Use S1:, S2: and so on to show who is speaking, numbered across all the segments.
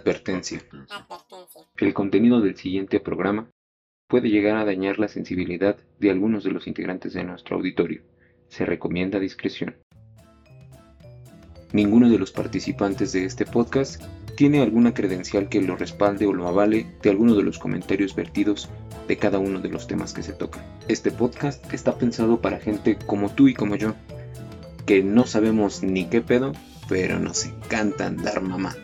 S1: Advertencia.
S2: Advertencia.
S1: El contenido del siguiente programa puede llegar a dañar la sensibilidad de algunos de los integrantes de nuestro auditorio. Se recomienda discreción. Ninguno de los participantes de este podcast tiene alguna credencial que lo respalde o lo avale de alguno de los comentarios vertidos de cada uno de los temas que se tocan. Este podcast está pensado para gente como tú y como yo, que no sabemos ni qué pedo, pero nos encanta andar mamando.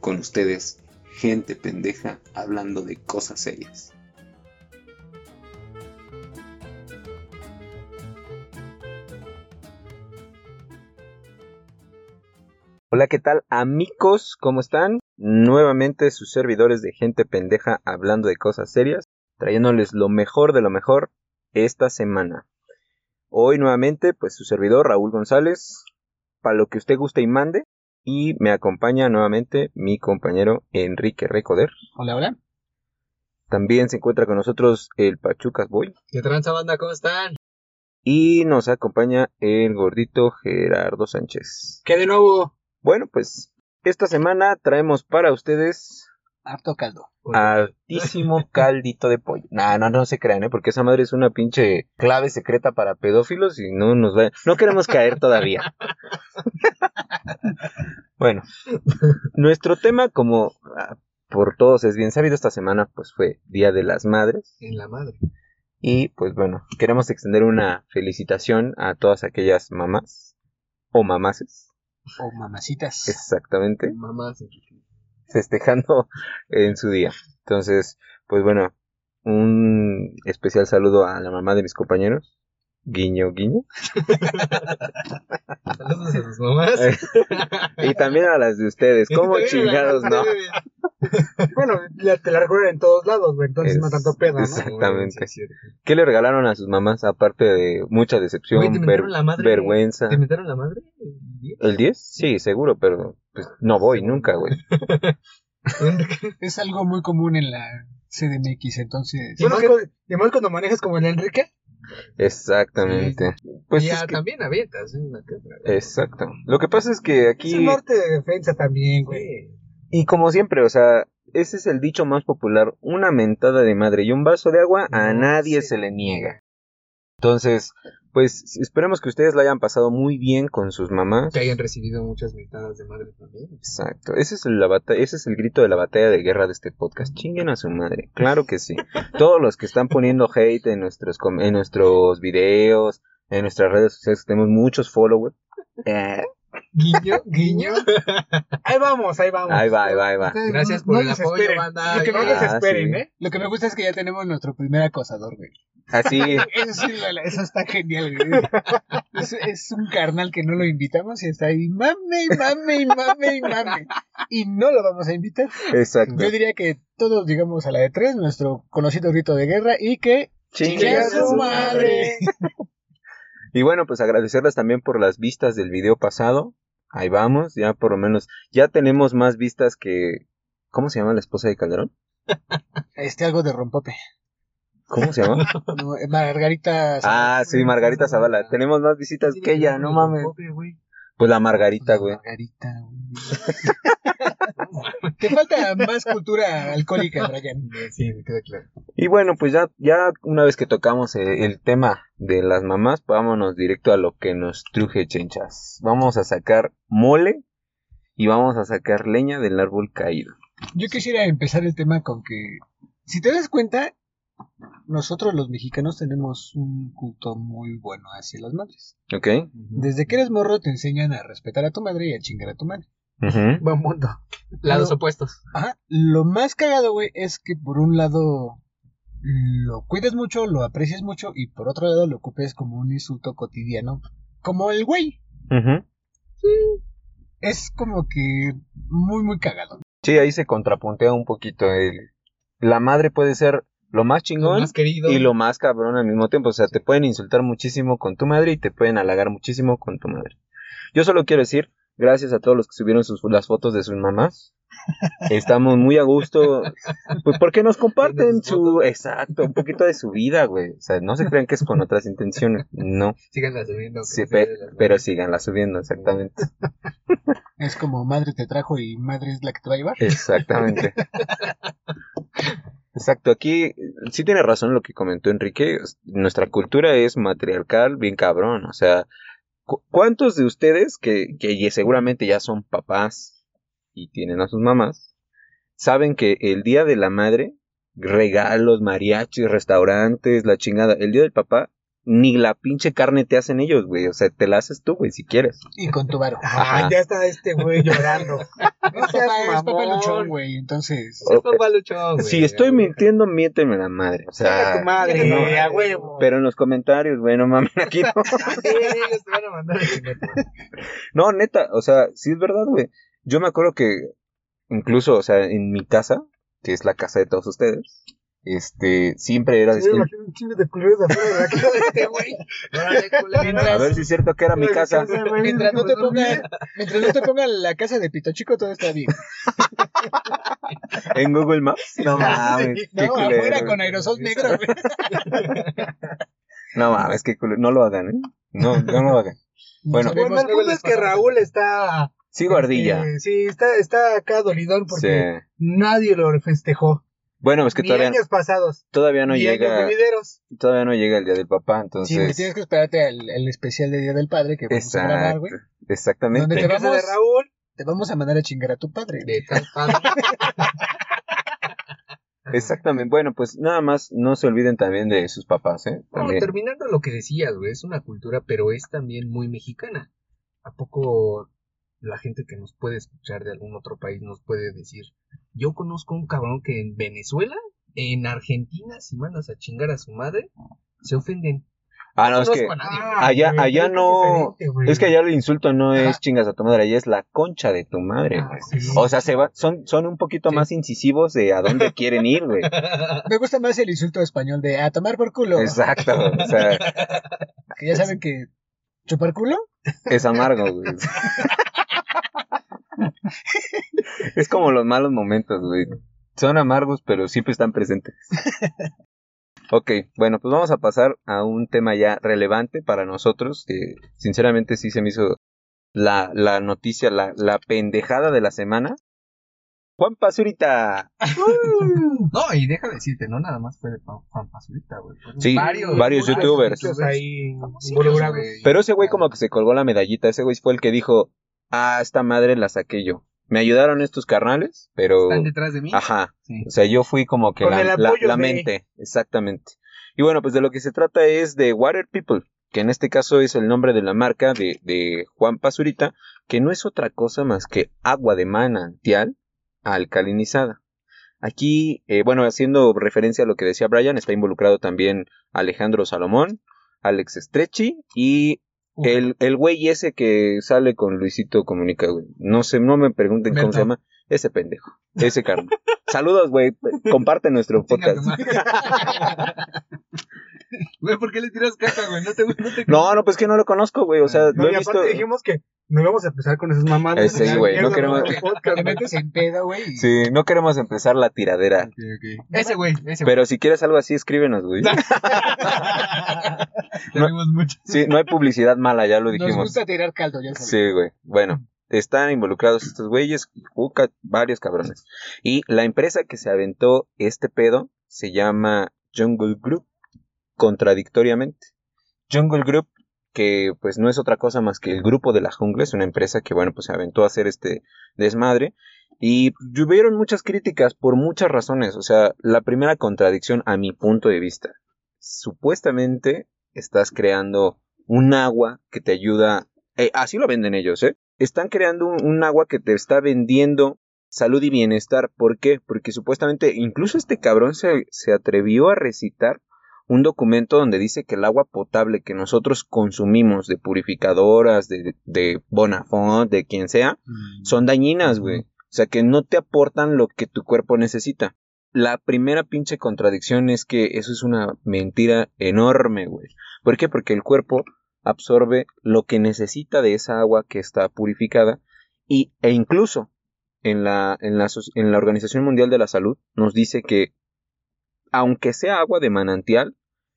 S1: Con ustedes, gente pendeja hablando de cosas serias. Hola, ¿qué tal amigos? ¿Cómo están? Nuevamente sus servidores de gente pendeja hablando de cosas serias, trayéndoles lo mejor de lo mejor esta semana. Hoy nuevamente, pues su servidor Raúl González, para lo que usted guste y mande, y me acompaña nuevamente mi compañero Enrique Recoder.
S3: Hola, hola.
S1: También se encuentra con nosotros el Pachucas Boy
S3: ¿Qué tranza banda? ¿Cómo están?
S1: y nos acompaña el gordito Gerardo Sánchez.
S3: Que de nuevo,
S1: Bueno, pues esta semana traemos para ustedes
S3: harto caldo.
S1: Ah. altísimo caldito de pollo. No, no, no se crean, ¿eh? porque esa madre es una pinche clave secreta para pedófilos y no nos va... No queremos caer todavía. bueno, nuestro tema, como ah, por todos es bien sabido, esta semana pues fue Día de las Madres
S3: En la madre.
S1: y pues bueno, queremos extender una felicitación a todas aquellas mamás o mamaces,
S4: Oh,
S3: O mamacitas.
S1: Este. exactamente.
S3: Mamás. eh.
S1: festejando en su día. Entonces, pues bueno, un especial saludo a la mamá de mis compañeros. Guiño, guiño.
S3: Saludos a sus mamás.
S1: Eh, y también a las de ustedes. ¿Cómo
S3: Está bien,
S1: chingados, no?
S4: Bueno, la- te la recuerdan en todos lados, güey. Entonces
S1: Es-
S4: no tanto peda, ¿no?
S1: exacto. Exactamente. ¿Qué le regalaron a sus mamás aparte de mucha decepción,
S3: Güey, ¿te
S1: ver-
S3: mentaron la madre?
S1: vergüenza?
S3: ¿Te metieron la madre? Bien.
S1: ¿El 10? Sí, seguro, pero pues, no voy nunca, güey.
S4: Es algo muy común en la CDMX, entonces.
S3: Bueno,
S4: Bueno,
S3: que-
S4: y más cuando manejas como el Enrique.
S1: Exactamente. Pues
S3: y
S1: es
S3: ya
S1: que-
S3: también abiertas. Una que otra.
S1: exacto. Lo que pasa es que
S4: Es
S1: aquí...
S4: un norte de defensa también, güey.
S3: Güey.
S1: Y como siempre, o sea, ese es el dicho más popular, una mentada de madre y un vaso de agua a
S4: No,
S1: nadie
S4: Mm, sí.
S1: se le niega. Entonces, pues esperemos que ustedes la hayan pasado muy bien con sus mamás.
S3: Que hayan recibido muchas mentadas de madre también.
S1: Exacto, ese es, la bata- ese es el grito de la batalla de guerra de este podcast. Chinguen a su madre, claro que sí. Todos los que están poniendo hate en nuestros, com- en nuestros videos, en nuestras redes sociales, que tenemos muchos followers. eh,
S3: Guiño,
S4: Guiño.
S3: guiño.
S4: Ahí vamos, ahí vamos.
S1: ahí va, ahí va, ahí va.
S4: Ustedes
S3: Gracias
S4: no-
S3: por
S4: no
S3: el apoyo,
S4: desesperen.
S3: banda.
S4: Lo que no
S1: Ah,
S4: desesperen,
S1: sí.
S4: ¿eh? Lo que me gusta es que ya tenemos nuestro primer acosador, güey.
S1: Así,
S4: Eso sí, la- la- eso está genial, güey. Es, es un carnal que no lo invitamos y está ahí, mame, mame, mame, mame. Y no lo vamos a invitar.
S1: exacto.
S4: Yo diría que todos digamos a la de tres, nuestro conocido grito de guerra, y que
S1: Chinguen a su madre. Y bueno, pues agradecerles también por las vistas del video pasado. Ahí vamos, ya por lo menos, ya tenemos más vistas que... ¿Cómo se llama la esposa de Calderón?
S4: Este algo de rompope.
S1: ¿Cómo se llama?
S4: No, eh, Margarita.
S1: ah, sí, Margarita Zavala. Tenemos más visitas que ella, no mames. Pues la Margarita, güey.
S4: Margarita, güey. Te falta más cultura alcohólica, Brian.
S3: Sí, me queda claro.
S1: Y bueno, pues ya, ya una vez que tocamos el, el tema de las mamás, vámonos directo a lo que nos truje, chenchas. Vamos a sacar mole y vamos a sacar leña del árbol caído.
S4: Yo quisiera empezar el tema con que, si te das cuenta, nosotros los mexicanos tenemos un culto muy bueno hacia las madres.
S1: ¿Ok?
S4: Desde que eres morro te enseñan a respetar a tu madre y a chingar a tu madre.
S1: Ujú.
S3: Buen punto. Lados
S4: No.
S3: opuestos.
S4: Ajá. Lo más cagado, güey, es que por un lado lo cuides mucho, lo aprecies mucho y por otro lado lo ocupes como un insulto cotidiano. Como el güey.
S1: Ujú.
S4: Es como que muy, muy cagado.
S1: Sí, ahí se contrapuntea un poquito. El, la madre puede ser lo más
S3: Lo
S1: chingón
S3: más querido.
S1: y lo más cabrón al mismo tiempo. O sea, te pueden insultar muchísimo con tu madre y te pueden halagar muchísimo con tu madre. Yo solo quiero decir, gracias a todos los que subieron sus, las fotos de sus mamás. Estamos muy a gusto. Pues porque nos comparten
S3: Tienen sus
S1: su. Exacto, un poquito de su vida, güey. O sea, no se crean que es con otras intenciones. No.
S3: Síganla subiendo.
S1: Sí,
S3: que
S1: pe-
S3: se vea la-
S1: pero síganla subiendo, exactamente.
S4: Es como madre te trajo y madre es la que te va a llevar.
S1: Exactamente. Exacto, aquí eh, sí tiene razón lo que comentó Enrique. Nuestra cultura es matriarcal, bien cabrón. O sea, cu- ¿cuántos de ustedes que, que ya- seguramente ya son papás y tienen a sus mamás saben que el día de la madre, regalos, mariachis, restaurantes, la chingada, el día del papá, ni la pinche carne te hacen ellos, güey. O sea, te la haces tú, güey, si quieres.
S4: Y con tu varo.
S1: Ajá.
S5: Ah, ya está este güey llorando. No seas
S4: Papá, es papá
S5: mamón.
S4: luchón, güey. Entonces,
S3: Sí, papá luchón, güey.
S1: Si estoy mintiendo, miénteme la madre. O
S5: Chinga
S1: sea,
S5: tu madre,
S1: no.
S5: a huevo.
S1: Pero en los comentarios, güey, no mames, aquí no.
S3: Sí, ellos te van a mandar a
S1: Ah,
S3: chingar tu madre.
S1: No, neta, o sea, sí es verdad, güey. Yo me acuerdo que incluso, o sea, en mi casa, que es la casa de todos ustedes, este, siempre era...
S5: Sí, me imagino un chingo de culeros afuera de la casa de este güey.
S3: Órale, culero.
S1: A ver si es cierto que era mi casa.
S5: güey,
S4: mientras no te
S5: pues,
S4: ponga, mientras no te ponga la casa de Pito Chico, todo está bien.
S1: En Google Maps. No
S3: Ah,
S1: mames, qué
S4: No, afuera
S1: culero.
S4: con
S1: güey.
S4: aerosol negro, güey.
S1: No mames, qué culero. No lo hagan, ¿eh? No, no lo hagan. Bueno.
S4: No
S5: Bueno,
S4: sabemos
S5: el punto es que Raúl está.
S1: Sí, guardilla.
S5: eh, sí, está, está acá dolidón porque
S1: Sí.
S5: nadie lo festejó.
S1: Bueno, es que
S5: ni
S1: todavía,
S5: años pasados.
S1: todavía no
S5: ni
S1: llega,
S5: años venideros.
S1: todavía no llega el día del papá,
S4: Sí, güey,
S1: entonces.
S4: tienes que esperarte al el especial de Día del Padre que vamos a grabar,
S1: Exacto,
S4: güey.
S1: exactamente.
S4: Donde
S5: En
S4: te
S5: casa de
S4: vamos,
S5: Raúl.
S4: te vamos a mandar a chingar a tu padre.
S3: De tal padre.
S1: Exactamente. Bueno, pues nada más no se olviden también de sus papás, ¿eh?
S3: No,
S1: También.
S3: terminando lo que decías, güey, es una cultura, pero es también muy mexicana. ¿A poco la gente que nos puede escuchar de algún otro país nos puede decir, yo conozco un cabrón que en Venezuela, en Argentina, si mandas a chingar a su madre, se ofenden?
S1: Ah, no, es
S3: conozco
S1: que
S3: a nadie.
S1: allá-
S5: güey,
S1: allá
S5: es
S1: no-
S5: diferente, güey.
S1: es que allá el insulto no
S4: Ajá.
S1: es chingas a tu madre, allá es la concha de tu madre,
S3: Ah,
S1: güey.
S3: sí, sí.
S1: O sea, se va, son, son un poquito
S3: Sí.
S1: más incisivos de a dónde quieren ir, güey.
S4: Me gusta más el insulto español de a tomar por culo.
S1: Exacto. O sea,
S4: Que ya saben que chupar culo
S1: es amargo, güey. Es como los malos momentos, güey. Son amargos, pero siempre están presentes. Ok, bueno, pues vamos a pasar a un tema ya relevante para nosotros, que sinceramente sí se me hizo la, la noticia, la, la pendejada de la semana. Juan Pazurita.
S3: No, y deja decirte, no nada más fue de Pa- Juan Pazurita, güey. fueron
S1: Sí, varios,
S3: varios,
S5: muchos
S1: youtubers.
S5: muchos ahí involucrados.
S3: involucrados, güey. Ah.
S1: Pero ese güey como que se colgó la medallita, ese güey fue el que dijo, ah, esta madre la saqué yo. Me ayudaron estos carnales, pero...
S3: están detrás de mí.
S1: Ajá,
S3: Sí.
S1: O sea, yo fui como que
S5: Con
S1: la,
S5: el
S1: la-
S5: apoyo
S1: la
S5: de-
S1: mente, exactamente. Y bueno, pues de lo que se trata es de Water People, que en este caso es el nombre de la marca de, de Juan Pazurita, que no es otra cosa más que agua de manantial alcalinizada. Aquí, eh, bueno, haciendo referencia a lo que decía Brian, está involucrado también Alejandro Salomón, Alex Estrechi y el, el güey ese que sale con Luisito Comunica, güey. No sé, no me pregunten cómo
S3: Beto.
S1: se llama. Ese pendejo. Ese carnal. Saludos, güey. Comparte nuestro
S3: Chinga
S1: podcast.
S3: tu madre. Güey, ¿por qué le tiras caca, güey? No te, no te
S1: No, no, pues que no lo conozco, güey. O sea,
S3: Ah,
S5: No,
S1: lo
S5: y
S1: he
S5: aparte
S1: visto.
S5: dijimos que no vamos a empezar con esas mamadas.
S1: Eh, sí,
S5: Ya,
S1: güey,
S5: ya
S1: no
S5: nos
S1: queremos-
S5: vamos a podcast,
S4: te
S5: güey.
S4: metes en pedo, güey. y-
S1: Sí, no queremos empezar la tiradera.
S3: Ok, ok. Ese güey, ese güey.
S1: Pero si quieres algo así, escríbenos, güey.
S3: Tenemos mucho.
S1: Sí, no hay publicidad mala, ya lo
S4: Nos
S1: dijimos.
S4: gusta tirar caldo, ya saben.
S1: Sí, güey. Bueno, están involucrados estos güeyes, Juca, varios cabrones. Y la empresa que se aventó este pedo se llama Jungle Group, contradictoriamente. Jungle Group, que pues no es otra cosa más que el grupo de la jungla, es una empresa que, bueno, pues se aventó a hacer este desmadre. Y tuvieron muchas críticas por muchas razones. O sea, la primera contradicción a mi punto de vista. Supuestamente estás creando un agua que te ayuda eh, así lo venden ellos, ¿eh? Están creando un, un agua que te está vendiendo salud y bienestar. ¿Por qué? Porque supuestamente incluso este cabrón se, se atrevió a recitar un documento donde dice que el agua potable que nosotros consumimos de purificadoras, de, de Bonafont, de quien sea, son dañinas, güey. O sea, que no te aportan lo que tu cuerpo necesita. La primera pinche contradicción es que eso es una mentira enorme, güey. ¿Por qué? Porque el cuerpo absorbe lo que necesita de esa agua que está purificada y, e incluso en la, en, la, so- en la Organización Mundial de la Salud nos dice que, aunque sea agua de manantial,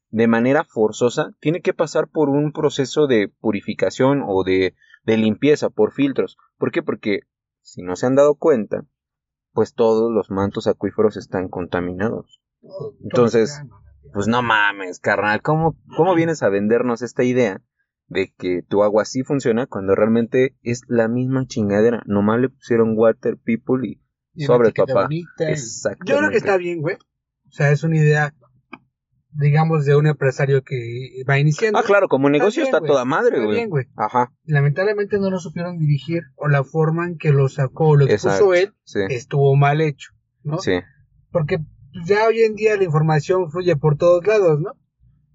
S1: de manera forzosa, tiene que pasar por un proceso de purificación o de, de limpieza, por filtros. ¿Por qué? Porque, si no se han dado cuenta, pues todos los mantos acuíferos están contaminados. Entonces, pues no mames, carnal, ¿cómo, cómo vienes a vendernos esta idea de que tu agua sí funciona cuando realmente es la misma chingadera? Nomás le pusieron water people y
S4: Y
S1: sobre,
S4: una etiqueta
S1: papá.
S4: bonita y-
S1: exactamente.
S3: Yo creo que está bien, güey. O sea, es una idea, digamos, de un empresario que va iniciando.
S1: Ah, claro, como negocio
S3: bien,
S1: está,
S3: güey.
S1: toda madre,
S3: Está
S1: güey.
S3: bien, güey.
S1: Ajá,
S3: Lamentablemente no lo supieron dirigir o la forma en que lo sacó o lo
S1: exacto.
S3: expuso él
S1: Sí,
S3: estuvo mal hecho, ¿no?
S1: sí.
S3: Porque ya hoy en día la información fluye por todos lados, ¿no?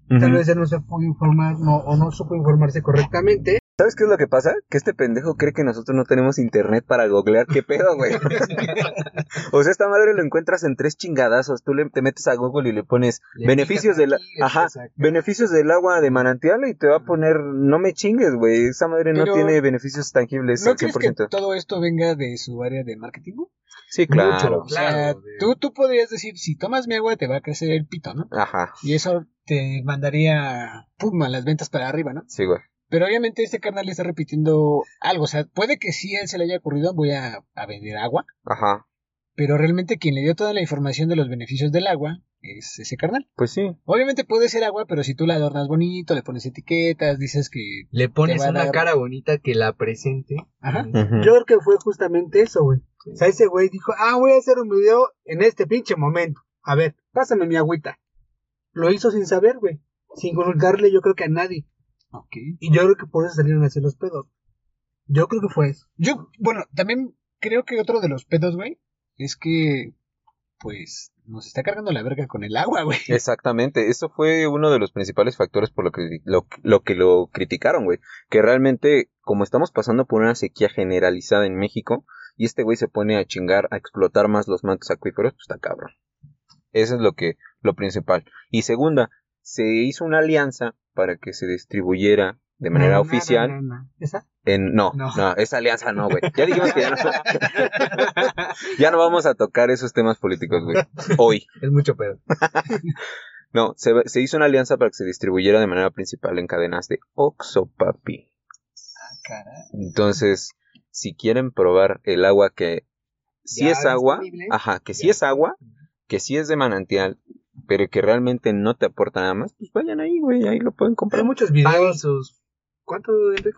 S3: Tal
S1: Ujú.
S3: vez él no se pudo informar no, o no supo informarse correctamente.
S1: ¿Sabes qué es lo que pasa? Que este pendejo cree que nosotros no tenemos internet para googlear qué pedo, güey. o sea, esta madre lo encuentras en tres chingadazos. Tú le, te metes a Google y le pones
S6: Le
S1: beneficios
S6: picas
S1: del
S6: aquí, le
S1: ajá,
S6: picas acá.
S1: beneficios del agua de manantial y te va a poner no me chingues, güey. Esa madre no
S4: Pero-
S1: tiene beneficios tangibles
S4: ¿No
S1: al
S4: crees que
S1: 100%.
S4: todo esto venga de su área de marketing? güey?
S1: Sí, claro.
S4: O sea,
S6: Claro, de-
S4: tú, tú podrías decir, si tomas mi agua te va a crecer el pito, ¿no?
S1: Ajá.
S4: Y eso te mandaría, pum, a las ventas para arriba, ¿no?
S1: Sí, güey.
S4: Pero obviamente este carnal está repitiendo algo, o sea, puede que sí a él se le haya ocurrido, voy a, a vender agua,
S1: Ajá.
S4: pero realmente quien le dio toda la información de los beneficios del agua es ese carnal.
S1: Pues sí.
S4: Obviamente puede ser agua, pero si tú la adornas bonito, le pones etiquetas, dices que...
S6: Le pones
S4: te va a
S6: una
S4: dar-
S6: cara bonita que la presente. Mm,
S4: Ajá.
S1: Ujú.
S3: Yo creo que fue justamente eso, güey. O sea, ese güey dijo, ah, voy a hacer un video en este pinche momento. A ver, pásame mi agüita. Lo hizo sin saber, güey. Sin consultarle, yo creo que a nadie.
S4: Ok.
S3: Y yo creo que por eso salieron así los pedos. Yo creo que fue eso.
S4: Yo, bueno, también creo que otro de los pedos, güey, es que, pues, nos está cargando la verga con el agua, güey.
S1: Exactamente, eso fue uno de los principales factores por lo que lo, lo que lo criticaron, güey. Que realmente, como estamos pasando por una sequía generalizada en México, y este güey se pone a chingar, a explotar más los mantos acuíferos, pues está cabrón. Eso es lo que, lo principal. Y segunda, se hizo una alianza para que se distribuyera de manera
S3: Na, na,
S1: oficial
S3: na, na, na. ¿Esa?
S1: en, no, no,
S3: No.
S1: esa alianza no, güey. Ya dijimos que ya no, ya no vamos a tocar esos temas políticos, güey. Hoy.
S6: Es mucho pedo.
S1: No, se, se hizo una alianza para que se distribuyera de manera principal en cadenas de Oxo, papi.
S6: Ah,
S4: Caray.
S1: Entonces, si quieren probar el agua que si
S6: Ya
S1: es agua,
S6: disponible.
S1: ajá, que si
S6: Ya.
S1: es agua, que si es de manantial, pero que realmente no te aporta nada más, pues vayan ahí, güey, ahí lo pueden
S3: Hay
S1: comprar.
S3: muchos
S6: Paguen
S3: videos.
S6: sus. ¿Cuánto, Enrique?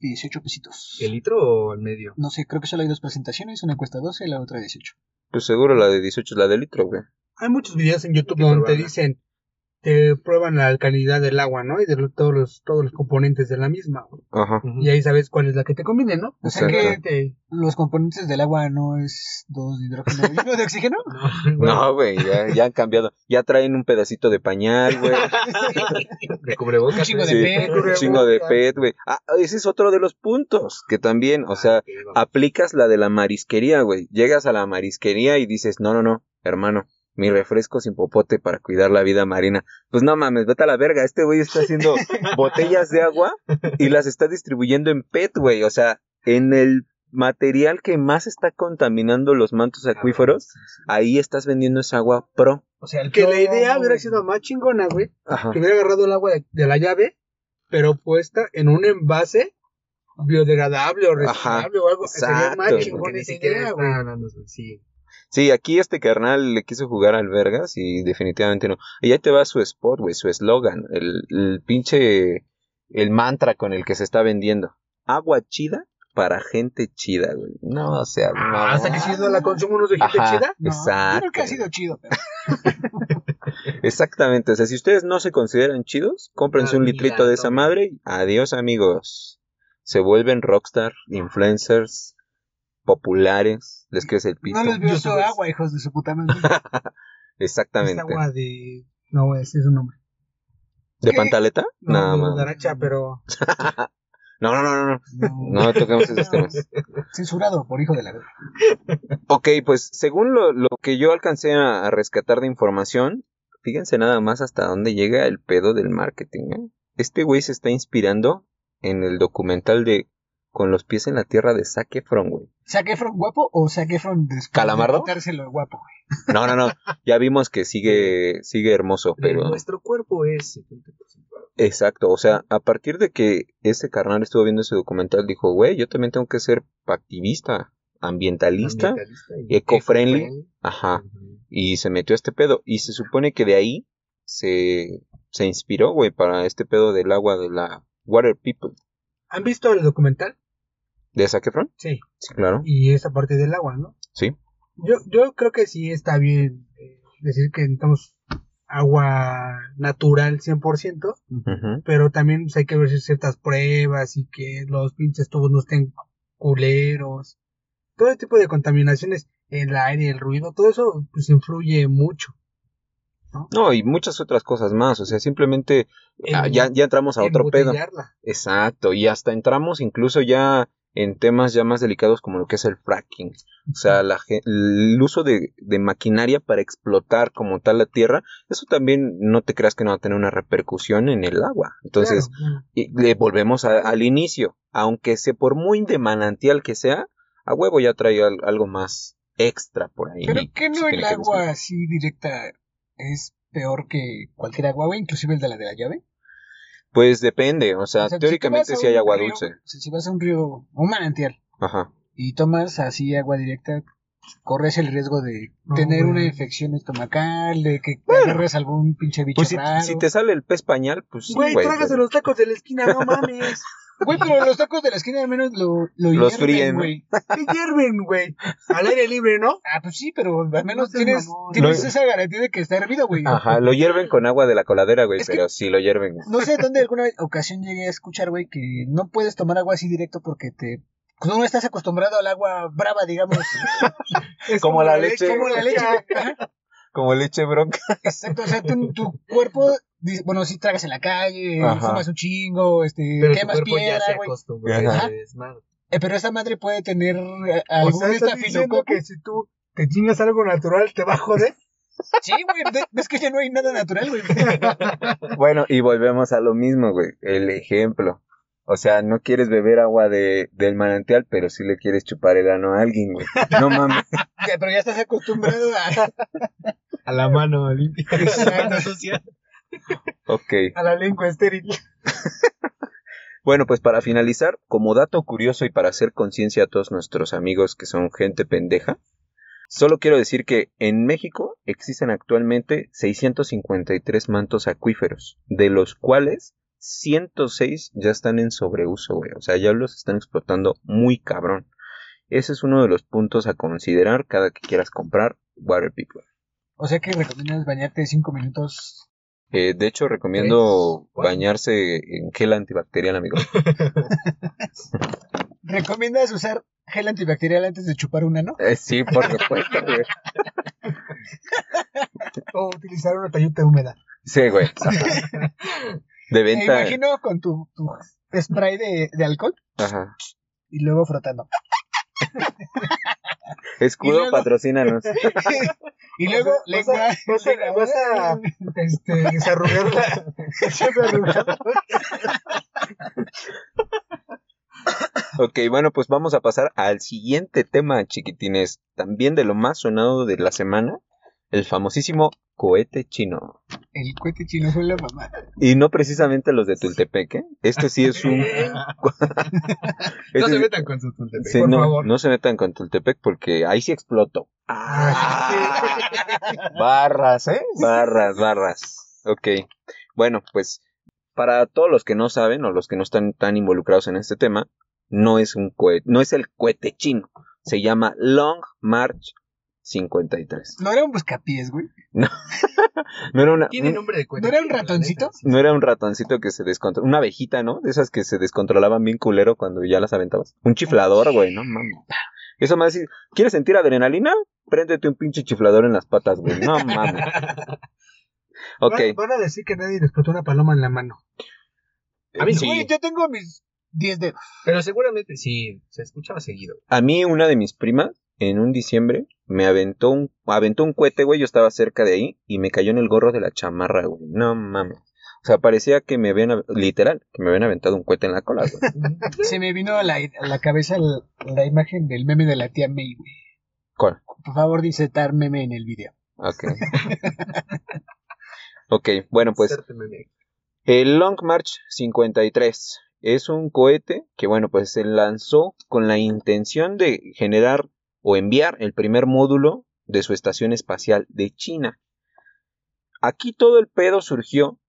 S4: 18 pesitos.
S6: ¿El litro o el medio?
S4: No sé, creo que solo hay dos presentaciones, una cuesta 12 y la otra 18.
S1: Pues seguro la de 18 es la de litro, güey.
S3: Hay muchos videos en YouTube
S6: que
S3: donde te
S6: probarla.
S3: dicen, te prueban la alcalinidad del agua, ¿no? Y de lo- todos los, todos los componentes de la misma. güey.
S1: Ajá.
S3: Y ahí sabes cuál es la que te conviene, ¿no?
S4: O sea
S1: Exacto.
S4: que
S3: Te-
S4: los componentes del agua no es dos de hidrógeno y uno de oxígeno.
S6: No,
S1: No, güey, ya, ya han cambiado. Ya traen un pedacito de pañal, güey.
S6: De
S4: Un
S6: cubrebocas.
S4: chingo de
S1: Sí.
S4: pez, güey.
S1: Un chingo de pet, güey. Ah, ese es otro de los puntos que también, o sea, aplicas la de la marisquería, güey. Llegas a la marisquería y dices, no, no, no, hermano, mi refresco sin popote para cuidar la vida marina. Pues no mames, vete a la verga, este güey está haciendo botellas de agua y las está distribuyendo en PET, güey. O sea, en el material que más está contaminando los mantos acuíferos, ahí estás vendiendo esa agua pro.
S4: O sea, el
S3: Que la
S4: plomo,
S3: idea hubiera
S4: güey.
S3: sido más chingona, güey.
S1: Ajá.
S3: Que hubiera agarrado el agua de, de la llave, pero puesta en un envase biodegradable o reciclable o algo. Sería
S1: exacto,
S3: más
S1: güey.
S3: chingona
S6: ni
S3: esa
S6: siquiera
S3: idea, güey.
S6: está hablando. Sí.
S1: Sí, aquí este carnal le quiso jugar al vergas y definitivamente no. Y ahí te va su spot, güey, su eslogan, el, el pinche, el mantra con el que se está vendiendo. Agua chida para gente chida, güey. No, o sea,
S4: Ah,
S1: no.
S3: Hasta que si no la consumo unos de gente
S1: Ajá,
S3: chida.
S4: No,
S1: exacto.
S4: yo creo que ha sido chido. pero-
S1: Exactamente, o sea, si ustedes no se consideran chidos, cómprense un
S6: Ah, mira,
S1: litrito de esa
S6: tomen.
S1: madre y adiós amigos. Se vuelven rockstar, influencers, populares, les crece el pito.
S4: No les veo su
S3: Youtubers.
S4: agua, hijos de su puta madre.
S3: Esta
S1: Exactamente.
S3: agua de. No, güey, ese es un nombre.
S1: ¿De
S4: ¿Qué?
S1: pantaleta?
S3: No,
S1: Nada
S3: de
S1: más.
S3: Guadaracha, pero.
S1: No, no, no, no, no.
S4: pues, No,
S1: No toquemos esos temas.
S4: Censurado por hijo de la verga.
S1: Ok, pues según lo, lo que yo alcancé a, a rescatar de información, fíjense nada más hasta dónde llega el pedo del marketing. ¿eh? Este güey se está inspirando en el documental de con los pies en la tierra de Zac Efron, güey.
S4: ¿Zac Efron guapo o Zac Efron después
S1: ¿Calamardo?
S4: de quitárselo el guapo, güey?
S1: No, no, no. Ya vimos que sigue, sigue hermoso,
S7: Pero
S1: pero.
S7: nuestro cuerpo es 70% agua.
S1: Exacto. O sea, a partir de que este carnal estuvo viendo ese documental, dijo, güey, yo también tengo que ser activista, ambientalista.
S7: Ambientalista y
S1: Eco-friendly.
S7: eco-friendly.
S1: Ajá.
S7: Ujú.
S1: Y se metió a este pedo. Y se supone que de ahí se, se inspiró, güey, para este pedo del agua de la Water People.
S3: ¿Han visto el documental?
S1: ¿De Zac Efron?
S3: Sí.
S1: Sí, claro.
S3: Y esa parte del agua, ¿no?
S1: Sí.
S3: Yo, yo creo que sí está bien eh, decir que necesitamos agua natural 100%,
S1: Ujú.
S3: pero también pues, hay que ver si ciertas pruebas y que los pinches tubos no estén culeros. Todo tipo de contaminaciones, el aire, el ruido, todo eso pues influye mucho.
S1: No, y muchas otras cosas más. O sea, simplemente
S3: en-
S1: ah, ya, ya entramos a
S3: en
S1: otro pedo.
S3: botellarla.
S1: Exacto, y hasta entramos incluso ya en temas ya más delicados como lo que es el fracking. O sea, la ge- el uso de, de maquinaria para explotar como tal la tierra, eso también no te creas que no va a tener una repercusión en el agua. Entonces,
S3: Claro.
S1: y- le volvemos a- al inicio, aunque se por muy de manantial que sea, a huevo ya trae al- algo más extra por ahí.
S4: Pero que
S1: Se
S4: no
S1: tiene
S4: el
S1: que
S4: agua así directa es peor que cualquier agua, güey, inclusive el de la de la llave.
S1: Pues depende, o sea,
S4: O sea, si te
S1: teóricamente
S4: vas a
S1: sí hay
S4: un
S1: agua
S4: río,
S1: dulce.
S4: o sea, si vas a un río, un manantial,
S1: Ajá.
S4: y tomas así agua directa, corres el riesgo de
S3: No,
S4: tener
S3: güey.
S4: una infección estomacal, de que te agarres algún pinche bicho
S1: Pues si,
S4: raro.
S1: si te sale el pez pañal, pues sí,
S3: Güey,
S1: güey,
S3: trágase
S1: pero-
S3: los tacos de la esquina, no mames.
S4: Güey, pero los tacos de la esquina al menos lo, lo
S1: Los
S4: hierven,
S1: fríen, ¿no?
S4: güey.
S3: Que hierven, güey. Al aire libre, ¿no?
S4: Ah, pues sí, pero al menos
S3: seas
S4: tienes,
S3: mamón.
S4: tienes
S1: Lo-
S4: esa garantía de que está hervido, güey.
S1: Ajá, lo hierven con agua de la coladera, güey,
S4: Es que-
S1: pero sí lo hierven.
S4: No sé dónde alguna vez- ocasión llegué a escuchar, güey, que no puedes tomar agua así directo porque te... pues, No estás acostumbrado al agua brava, digamos,
S3: Es
S1: Como la leche.
S4: como la leche. Ajá.
S1: Como leche bronca.
S4: Exacto, o sea, tu, tu cuerpo, dice, bueno, si tragas en la calle,
S1: Ajá.
S4: fumas un chingo, este,
S7: Pero tu
S4: quemas
S7: cuerpo ya
S4: piedra,
S7: se
S4: güey.
S7: acostumbra
S1: Ajá.
S7: a ese desmadre.
S4: Eh, pero esa madre puede tener eh,
S3: O
S4: algún
S3: sea, estás diciendo
S4: estafilococo.
S3: que si tú te chingas algo natural te va a joder.
S4: Sí, güey, ve- ves que ya no hay nada natural, güey.
S1: Bueno, y volvemos a lo mismo, güey. El ejemplo. O sea, no quieres beber agua de, del manantial, pero sí le quieres chupar el ano a alguien, güey. No mames.
S4: Ya, pero ya estás acostumbrado a,
S7: A la mano limpia.
S4: Exacto.
S1: Ok.
S3: A la lengua estéril.
S1: Bueno, pues para finalizar, como dato curioso y para hacer conciencia a todos nuestros amigos que son gente pendeja, solo quiero decir que en México existen actualmente 653 mantos acuíferos, de los cuales 106 ya están en sobreuso, güey. O sea, ya los están explotando muy cabrón. Ese es uno de los puntos a considerar cada que quieras comprar Water People.
S4: O sea que recomiendas bañarte cinco minutos.
S1: Eh, de hecho, recomiendo
S7: Tres, cuatro.
S1: bañarse en gel antibacterial, amigo.
S4: ¿Recomiendas usar gel antibacterial antes de chupar un ano?
S1: Eh, sí, por supuesto, güey.
S3: O utilizar una toallita húmeda.
S1: Sí, güey. pues, De
S4: Me
S1: venta.
S4: imagino con tu, tu spray de, de alcohol
S1: Ajá.
S4: y luego frotando. Y
S1: Escudo,
S4: luego-
S1: patrocínanos.
S4: y luego
S3: Vas a-
S4: lengua.
S3: vas a- vas a- Este, desarrollarla. Siempre arrugarla.
S1: Ok, bueno, pues vamos a pasar al siguiente tema, chiquitines. También de lo más sonado de la semana, el famosísimo cohete chino.
S4: El cohete chino fue la mamá.
S1: Y no precisamente los de Tultepec, ¿eh? Este sí es un. Este
S7: No se
S1: sí-
S7: metan con su tultepec,
S1: sí,
S7: por
S1: no,
S7: favor.
S1: no se metan con Tultepec porque ahí sí exploto.
S3: Ah,
S1: Barras, ¿eh? Barras, barras. Ok. Bueno, pues para todos los que no saben o los que no están tan involucrados en este tema, no es un cohete, no es el cohete chino. Se llama Long March 53.
S4: No era un buscapiés, güey.
S1: No era una
S7: Tiene
S1: un-
S7: nombre de cuenta.
S4: ¿No era un ratoncito?
S1: no era un ratoncito que se descontrolaba, una abejita, ¿no? De esas que se descontrolaban bien culero cuando ya las aventabas. Un chiflador, güey, no mames. Eso más, si ¿quieres sentir adrenalina? Préndete un pinche chiflador en las patas, güey. No mames. Ok.
S3: van- Van a decir que nadie les explotó una paloma en la mano.
S7: pues, A mí sí.
S4: Güey, yo tengo mis 10 dedos.
S7: Pero seguramente sí, se escuchaba seguido.
S1: A mí una de mis primas en un diciembre me aventó un aventó un cohete, güey, yo estaba cerca de ahí y me cayó en el gorro de la chamarra, güey. No mames. O sea, parecía que me habían, av- literal, que me habían aventado un cohete en la cola, güey.
S4: Se me vino a la, a la cabeza la, la imagen del meme de la tía May, güey.
S1: ¿Cuál?
S4: Por favor, disetar meme en el video.
S1: Ok. ok, bueno, pues El Long March 53 es un cohete que, bueno, pues se lanzó con la intención de generar o enviar el primer módulo de su estación espacial de China. Aquí todo el pedo surgió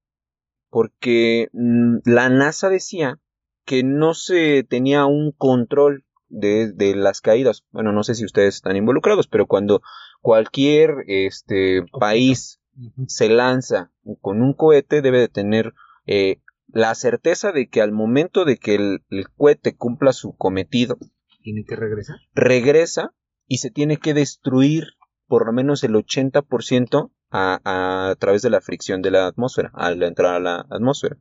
S1: porque mm, la NASA decía que no se tenía un control de, de las caídas. Bueno, no sé si ustedes están involucrados, pero cuando cualquier este, país se lanza con un cohete debe de tener eh, la certeza de que al momento de que el, el cohete cumpla su cometido,
S7: Tiene que regresar.
S1: regresa y se tiene que destruir por lo menos el 80% a, a, a través de la fricción de la atmósfera, al entrar a la atmósfera.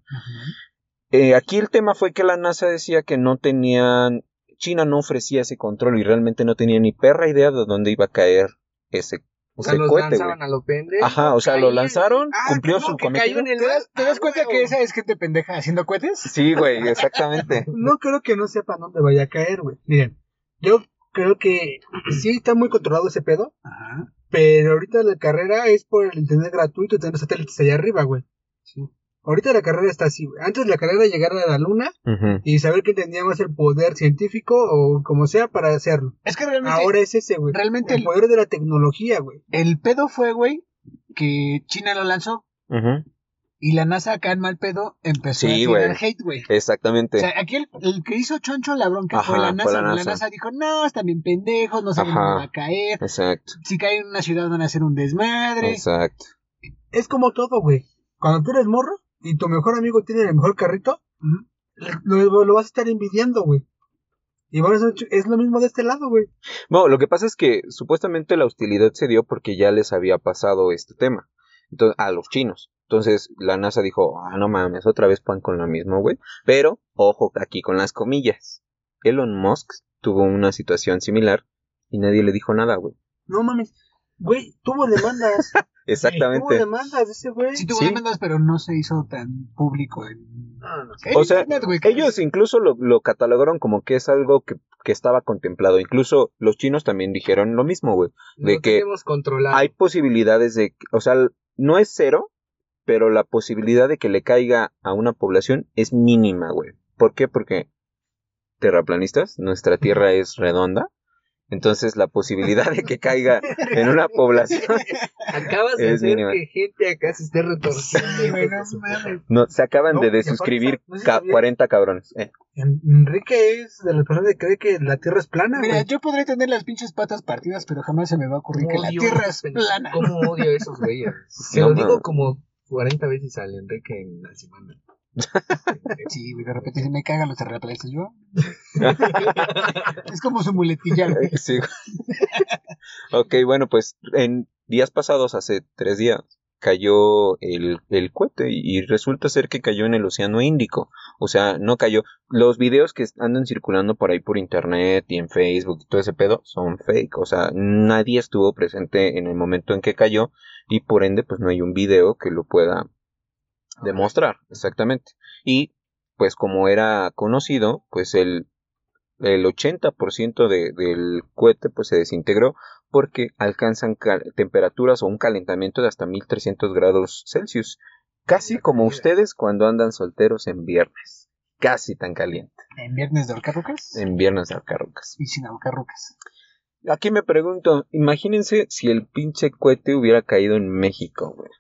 S1: Eh, aquí el tema fue que la NASA decía que no tenían, China no ofrecía ese control y realmente no tenía ni perra idea de dónde iba a caer ese,
S7: O sea,
S1: ese
S7: los
S1: cohete. güey.
S7: lanzaban a los pendejos.
S3: Ah,
S1: Ajá, o sea, lo lanzaron, cumplió su cometido.
S4: ¿Te das, te
S3: Ah,
S4: das cuenta que esa es gente pendeja haciendo cohetes?
S1: Sí, güey, exactamente.
S3: No creo que no sepa dónde vaya a caer, güey. Miren, yo creo que sí está muy controlado ese pedo,
S4: Ajá.
S3: pero ahorita la carrera es por el internet gratuito y tener satélites allá arriba, güey. Ahorita la carrera está así, güey. Antes la carrera era llegar a la luna y saber que teníamos el poder científico o como sea para hacerlo.
S4: Es que realmente
S1: Ah,
S3: Ahora es ese, güey.
S4: realmente
S3: el
S4: el-
S3: poder de la tecnología, güey.
S4: el pedo fue, güey, que China lo lanzó y la NASA acá en mal pedo empezó
S1: Sí,
S4: a tirar
S1: güey.
S4: hate, güey.
S1: Exactamente.
S4: O sea, aquí el, el que hizo choncho la bronca fue
S1: Ajá,
S4: la NASA.
S1: fue la
S4: güey. La,
S1: NASA.
S4: NASA. dijo, no, están bien pendejos, no saben
S1: Ajá.
S4: dónde va a caer.
S1: Exacto.
S4: Si caen en una ciudad van a hacer un desmadre.
S1: Exacto.
S3: Es como todo, güey. Cuando tú eres morro y tu mejor amigo tiene el mejor carrito, lo, lo vas a estar envidiando, güey. Y bueno, eso es lo mismo de este lado, güey.
S1: Bueno, lo que pasa es que supuestamente la hostilidad se dio porque ya les había pasado este tema. Entonces, a los chinos. Entonces la NASA dijo, ah, no mames, otra vez pan con lo mismo, güey. Pero, ojo aquí con las comillas. Elon Musk tuvo una situación similar y nadie le dijo nada, güey.
S3: No mames. Güey, tuvo demandas. Tuvo
S1: Exactamente.
S3: demandas ese güey.
S4: Sí tuvo
S1: Sí.
S4: demandas, pero no se hizo tan público. En...
S7: No, no sé.
S1: O sea,
S4: Internet, güey, que-
S1: Ellos incluso lo, lo catalogaron como que es algo que, que estaba contemplado. Incluso los chinos también dijeron lo mismo, güey. de
S7: Lo
S1: que
S7: tenemos
S3: Ah.
S7: controlado.
S1: Hay posibilidades de, o sea, no es cero, pero la posibilidad de que le caiga a una población es mínima, güey. ¿Por qué? Porque terraplanistas, nuestra tierra es redonda. Entonces la posibilidad de que caiga en una población
S7: Acabas de
S1: Es
S7: hacer
S1: mínima.
S7: que gente acá se esté retorciendo.
S4: Sí, güey, no
S7: hijo de su-
S4: mames.
S1: no se acaban
S3: No, y
S1: de
S3: aparte,
S1: desuscribir
S3: no sé si
S1: ca-
S3: sabías.
S1: 40 cabrones. Eh,
S3: En- Enrique es de las personas que cree que la Tierra es plana, güey.
S4: Mira, yo podré tener las pinches patas partidas, pero jamás se me va a ocurrir que la
S7: Odio
S4: tierra es
S7: esos pen-
S4: plana.
S7: ¿Cómo odio a esos güeyes? Se
S1: No,
S7: lo
S1: no.
S7: digo como 40 veces al Enrique en la semana.
S4: Sí, güey, de repente se me cagan los terraplanistas yo. es como su muletilla, güey.
S1: sí. ok, bueno, pues en días pasados, hace tres días, cayó el, el cohete y, y resulta ser que cayó en el Océano Índico. O sea, no cayó. Los videos que andan circulando por ahí por internet y en Facebook y todo ese pedo son fake. O sea, nadie estuvo presente en el momento en que cayó y por ende, pues no hay un video que lo pueda demostrar. Exactamente. Y pues como era conocido, pues el, el 80% de, del cohete pues se desintegró porque alcanzan cal- temperaturas o un calentamiento de hasta 1300 grados Celsius. Casi como ustedes cuando andan solteros en viernes. Casi tan caliente.
S4: En viernes de Orcarrucas
S1: En viernes de Alcarrucas.
S4: y sin Orcarrucas.
S1: Aquí me pregunto, imagínense si el pinche cohete hubiera caído en México, güey.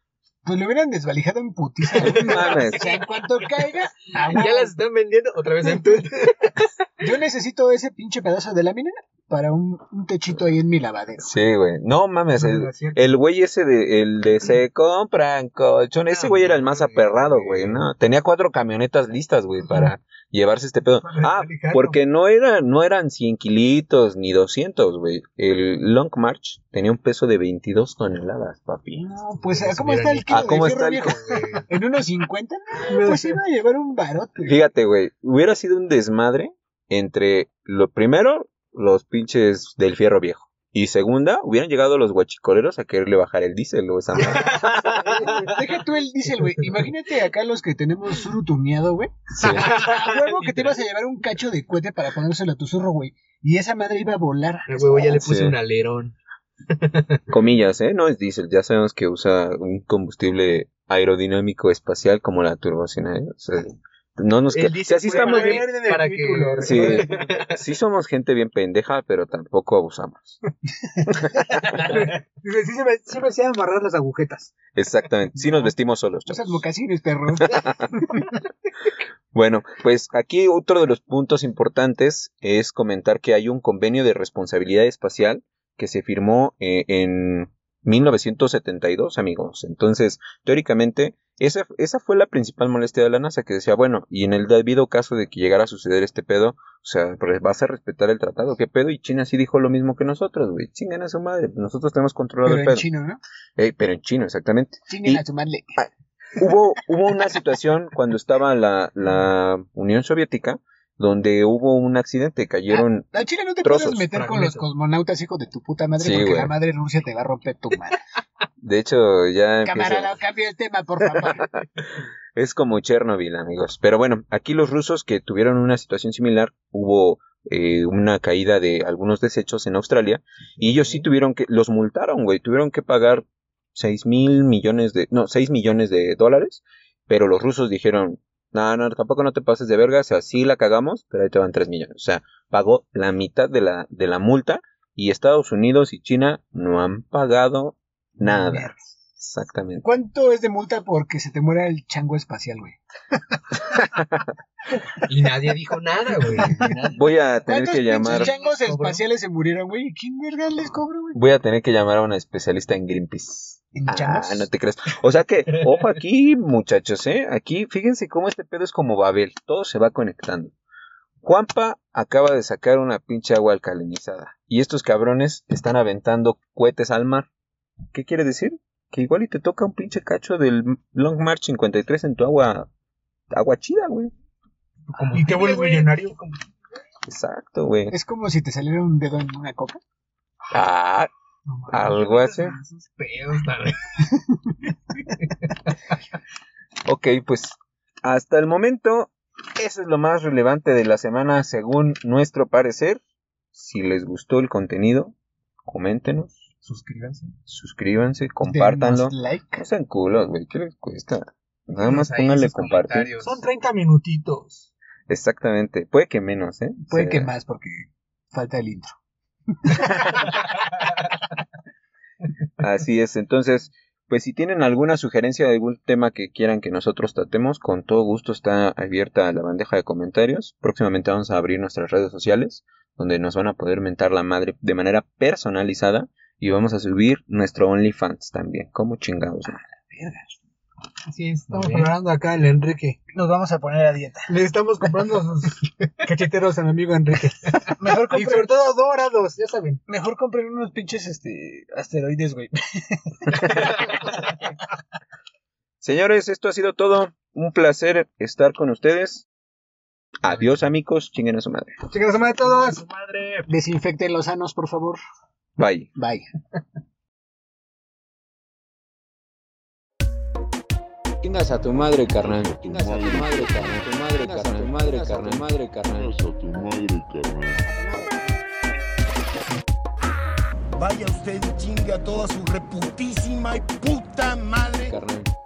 S4: Pues lo hubieran desvalijado en putiza. güey.
S1: No mames.
S4: O sea, en cuanto caiga, a
S7: Ya
S4: huevo.
S7: las están vendiendo otra vez en Twitter.
S4: yo necesito ese pinche pedazo de lámina para un, un techito ahí en mi lavadero.
S1: Sí, güey. No mames. El,
S3: Lo cierto.
S1: el güey ese de, el de se compran colchón, ese güey era el más aperrado, güey, ¿no? Tenía cuatro camionetas listas, güey, para llevarse este pedo.
S3: Para
S1: Ah,
S3: desvalijarlo.
S1: porque no, era, no eran 100 kilitos ni 200, güey. El Long March tenía un peso de 22 toneladas, papi.
S4: No, pues, ¿a
S7: Pues
S4: ¿cómo
S7: hubieran
S4: está el
S7: dicho,
S4: kilo
S1: "Ah, ¿cómo
S4: de
S1: está
S4: fierro
S1: el
S4: viejo?
S1: kilo?"
S7: Güey,
S4: ¿En unos 50? No, pues iba a llevar un barote.
S1: Fíjate, güey, hubiera sido un desmadre entre lo primero, los pinches del fierro viejo. Y segunda, hubieran llegado los guachicoleros a quererle bajar el diésel o esa madre.
S4: Deja tú el diésel, güey. Imagínate acá los que tenemos surutuneado, güey. A huevo que te ibas a llevar un cacho de cohete para ponérselo a tu zurro, güey. Y esa madre iba a volar.
S7: El huevo ya le puse
S1: Sí.
S7: un alerón.
S1: Comillas, ¿eh? No es diésel. Ya sabemos que usa un combustible aerodinámico espacial como la turbocina, ¿eh? O sea, no
S4: Pues
S1: nos
S7: Él
S1: que-
S7: dice
S1: o sea, sí estamos bien-
S4: bien.
S7: para que
S4: Ridículo,
S1: Sí. sí somos gente bien pendeja, pero tampoco abusamos.
S3: Dice, sí se me, sí me hacía amarrar las agujetas.
S1: Exactamente. Sí nos vestimos solos.
S4: Usas
S1: chavos.
S4: mocasines,
S3: este
S4: perro.
S1: Bueno, pues aquí otro de los puntos importantes es comentar que hay un convenio de responsabilidad espacial que se firmó eh, en 1972, amigos. Entonces, teóricamente, esa, esa fue la principal molestia de la NASA, que decía, bueno, y en el debido caso de que llegara a suceder este pedo, o sea, re- vas a respetar el tratado, ¿qué pedo? Y China sí dijo lo mismo que nosotros, güey. Chingan a su madre, nosotros tenemos controlado
S4: Pero
S1: el
S4: en
S1: pedo.
S4: chino, ¿no?
S1: Eh, pero en chino, exactamente
S4: Chinguen
S1: Y-
S4: a su madre.
S1: hubo, hubo una situación cuando estaba la, la Unión Soviética donde hubo un accidente, cayeron...
S4: A Chile no te
S1: Trozos,
S4: puedes meter con los
S7: fragmentos.
S4: cosmonautas, hijo de tu puta madre,
S1: Sí,
S4: porque
S1: güey.
S4: la madre Rusia te va a romper tu madre.
S1: De hecho, ya empieza...
S4: Camarada, cambia el tema, por favor.
S1: Es como Chernobyl, amigos. Pero bueno, aquí los rusos que tuvieron una situación similar, hubo eh, una caída de algunos desechos en Australia y ellos sí tuvieron que... Los multaron, güey. Tuvieron que pagar 6 mil millones de... No, 6 millones de dólares. Pero los rusos dijeron... No, no, tampoco no te pases de verga, o sea, sí la cagamos, pero ahí te van 3 millones. O sea, pagó la mitad de la, de la multa y Estados Unidos y China no han pagado nada. Exactamente.
S4: ¿Cuánto es de multa porque se te muera el chango espacial, güey?
S7: Y nadie dijo nada, güey. Nadie.
S1: Voy a tener
S4: ¿Cuántos
S1: que llamar...
S4: pinches changos
S7: Cobro.
S4: espaciales se murieron, güey? ¿Y quién verga les cobro, güey?
S1: Voy a tener que llamar a una especialista en Greenpeace.
S4: ¿En
S1: Ah,
S4: changos?
S1: no te creas. O sea que, ojo aquí, muchachos, ¿eh? Aquí, fíjense cómo este pedo es como Babel. Todo se va conectando. Juanpa acaba de sacar una pinche agua alcalinizada. Y estos cabrones están aventando cohetes al mar. ¿Qué quiere decir? Que igual y te toca un pinche cacho del Long March 53 en tu agua. Agua chida, güey.
S3: ¿Y te vuelves millonario?
S1: Exacto, güey.
S4: Es como si te saliera un dedo en una coca.
S1: Ah,
S7: No mames,
S1: algo así.
S7: Esos pedos, tal vez.
S1: Ok, pues hasta el momento eso es lo más relevante de la semana según nuestro parecer. Si les gustó el contenido, coméntenos,
S7: Suscríbanse.
S1: suscríbanse, compártanlo.
S4: Denos like.
S1: No sean culos, güey, ¿qué les cuesta? Nada más
S7: Ahí
S1: pónganle
S7: sus
S1: compartir.
S7: comentarios.
S3: Son 30 minutitos.
S1: Exactamente, puede que menos, ¿eh? O
S4: Puede
S1: sea,
S4: que más porque falta el intro.
S1: Así es, entonces, pues si tienen alguna sugerencia de algún tema que quieran que nosotros tratemos, con todo gusto está abierta la bandeja de comentarios. Próximamente vamos a abrir nuestras redes sociales, donde nos van a poder mentar la madre de manera personalizada y vamos a subir nuestro OnlyFans también, como chingados. ¿no?
S3: Así es, estamos
S7: Muy bien.
S3: hablando acá el Enrique.
S4: Nos vamos a poner a dieta.
S3: Le estamos comprando sus cacheteros a mi amigo Enrique.
S4: Mejor
S3: Y sobre
S4: compren,
S3: todo dorados, ya saben.
S4: mejor compren unos pinches este, asteroides, güey.
S1: Señores, esto ha sido todo. Un placer estar con ustedes. Adiós amigos, chinguen a su madre.
S3: Chicas, a todos.
S7: Su madre.
S4: Desinfecten los sanos, por favor.
S1: Bye.
S4: Bye.
S1: Chingas a tu madre, carnal.
S8: Chingas a tu
S1: madre, carnal. Tu madre, carnal. Tu madre, carnal. Madre, carnal.
S8: Chingas a tu madre, carnal.
S9: Vaya usted y chingue a toda su reputísima y puta madre.
S1: carnal.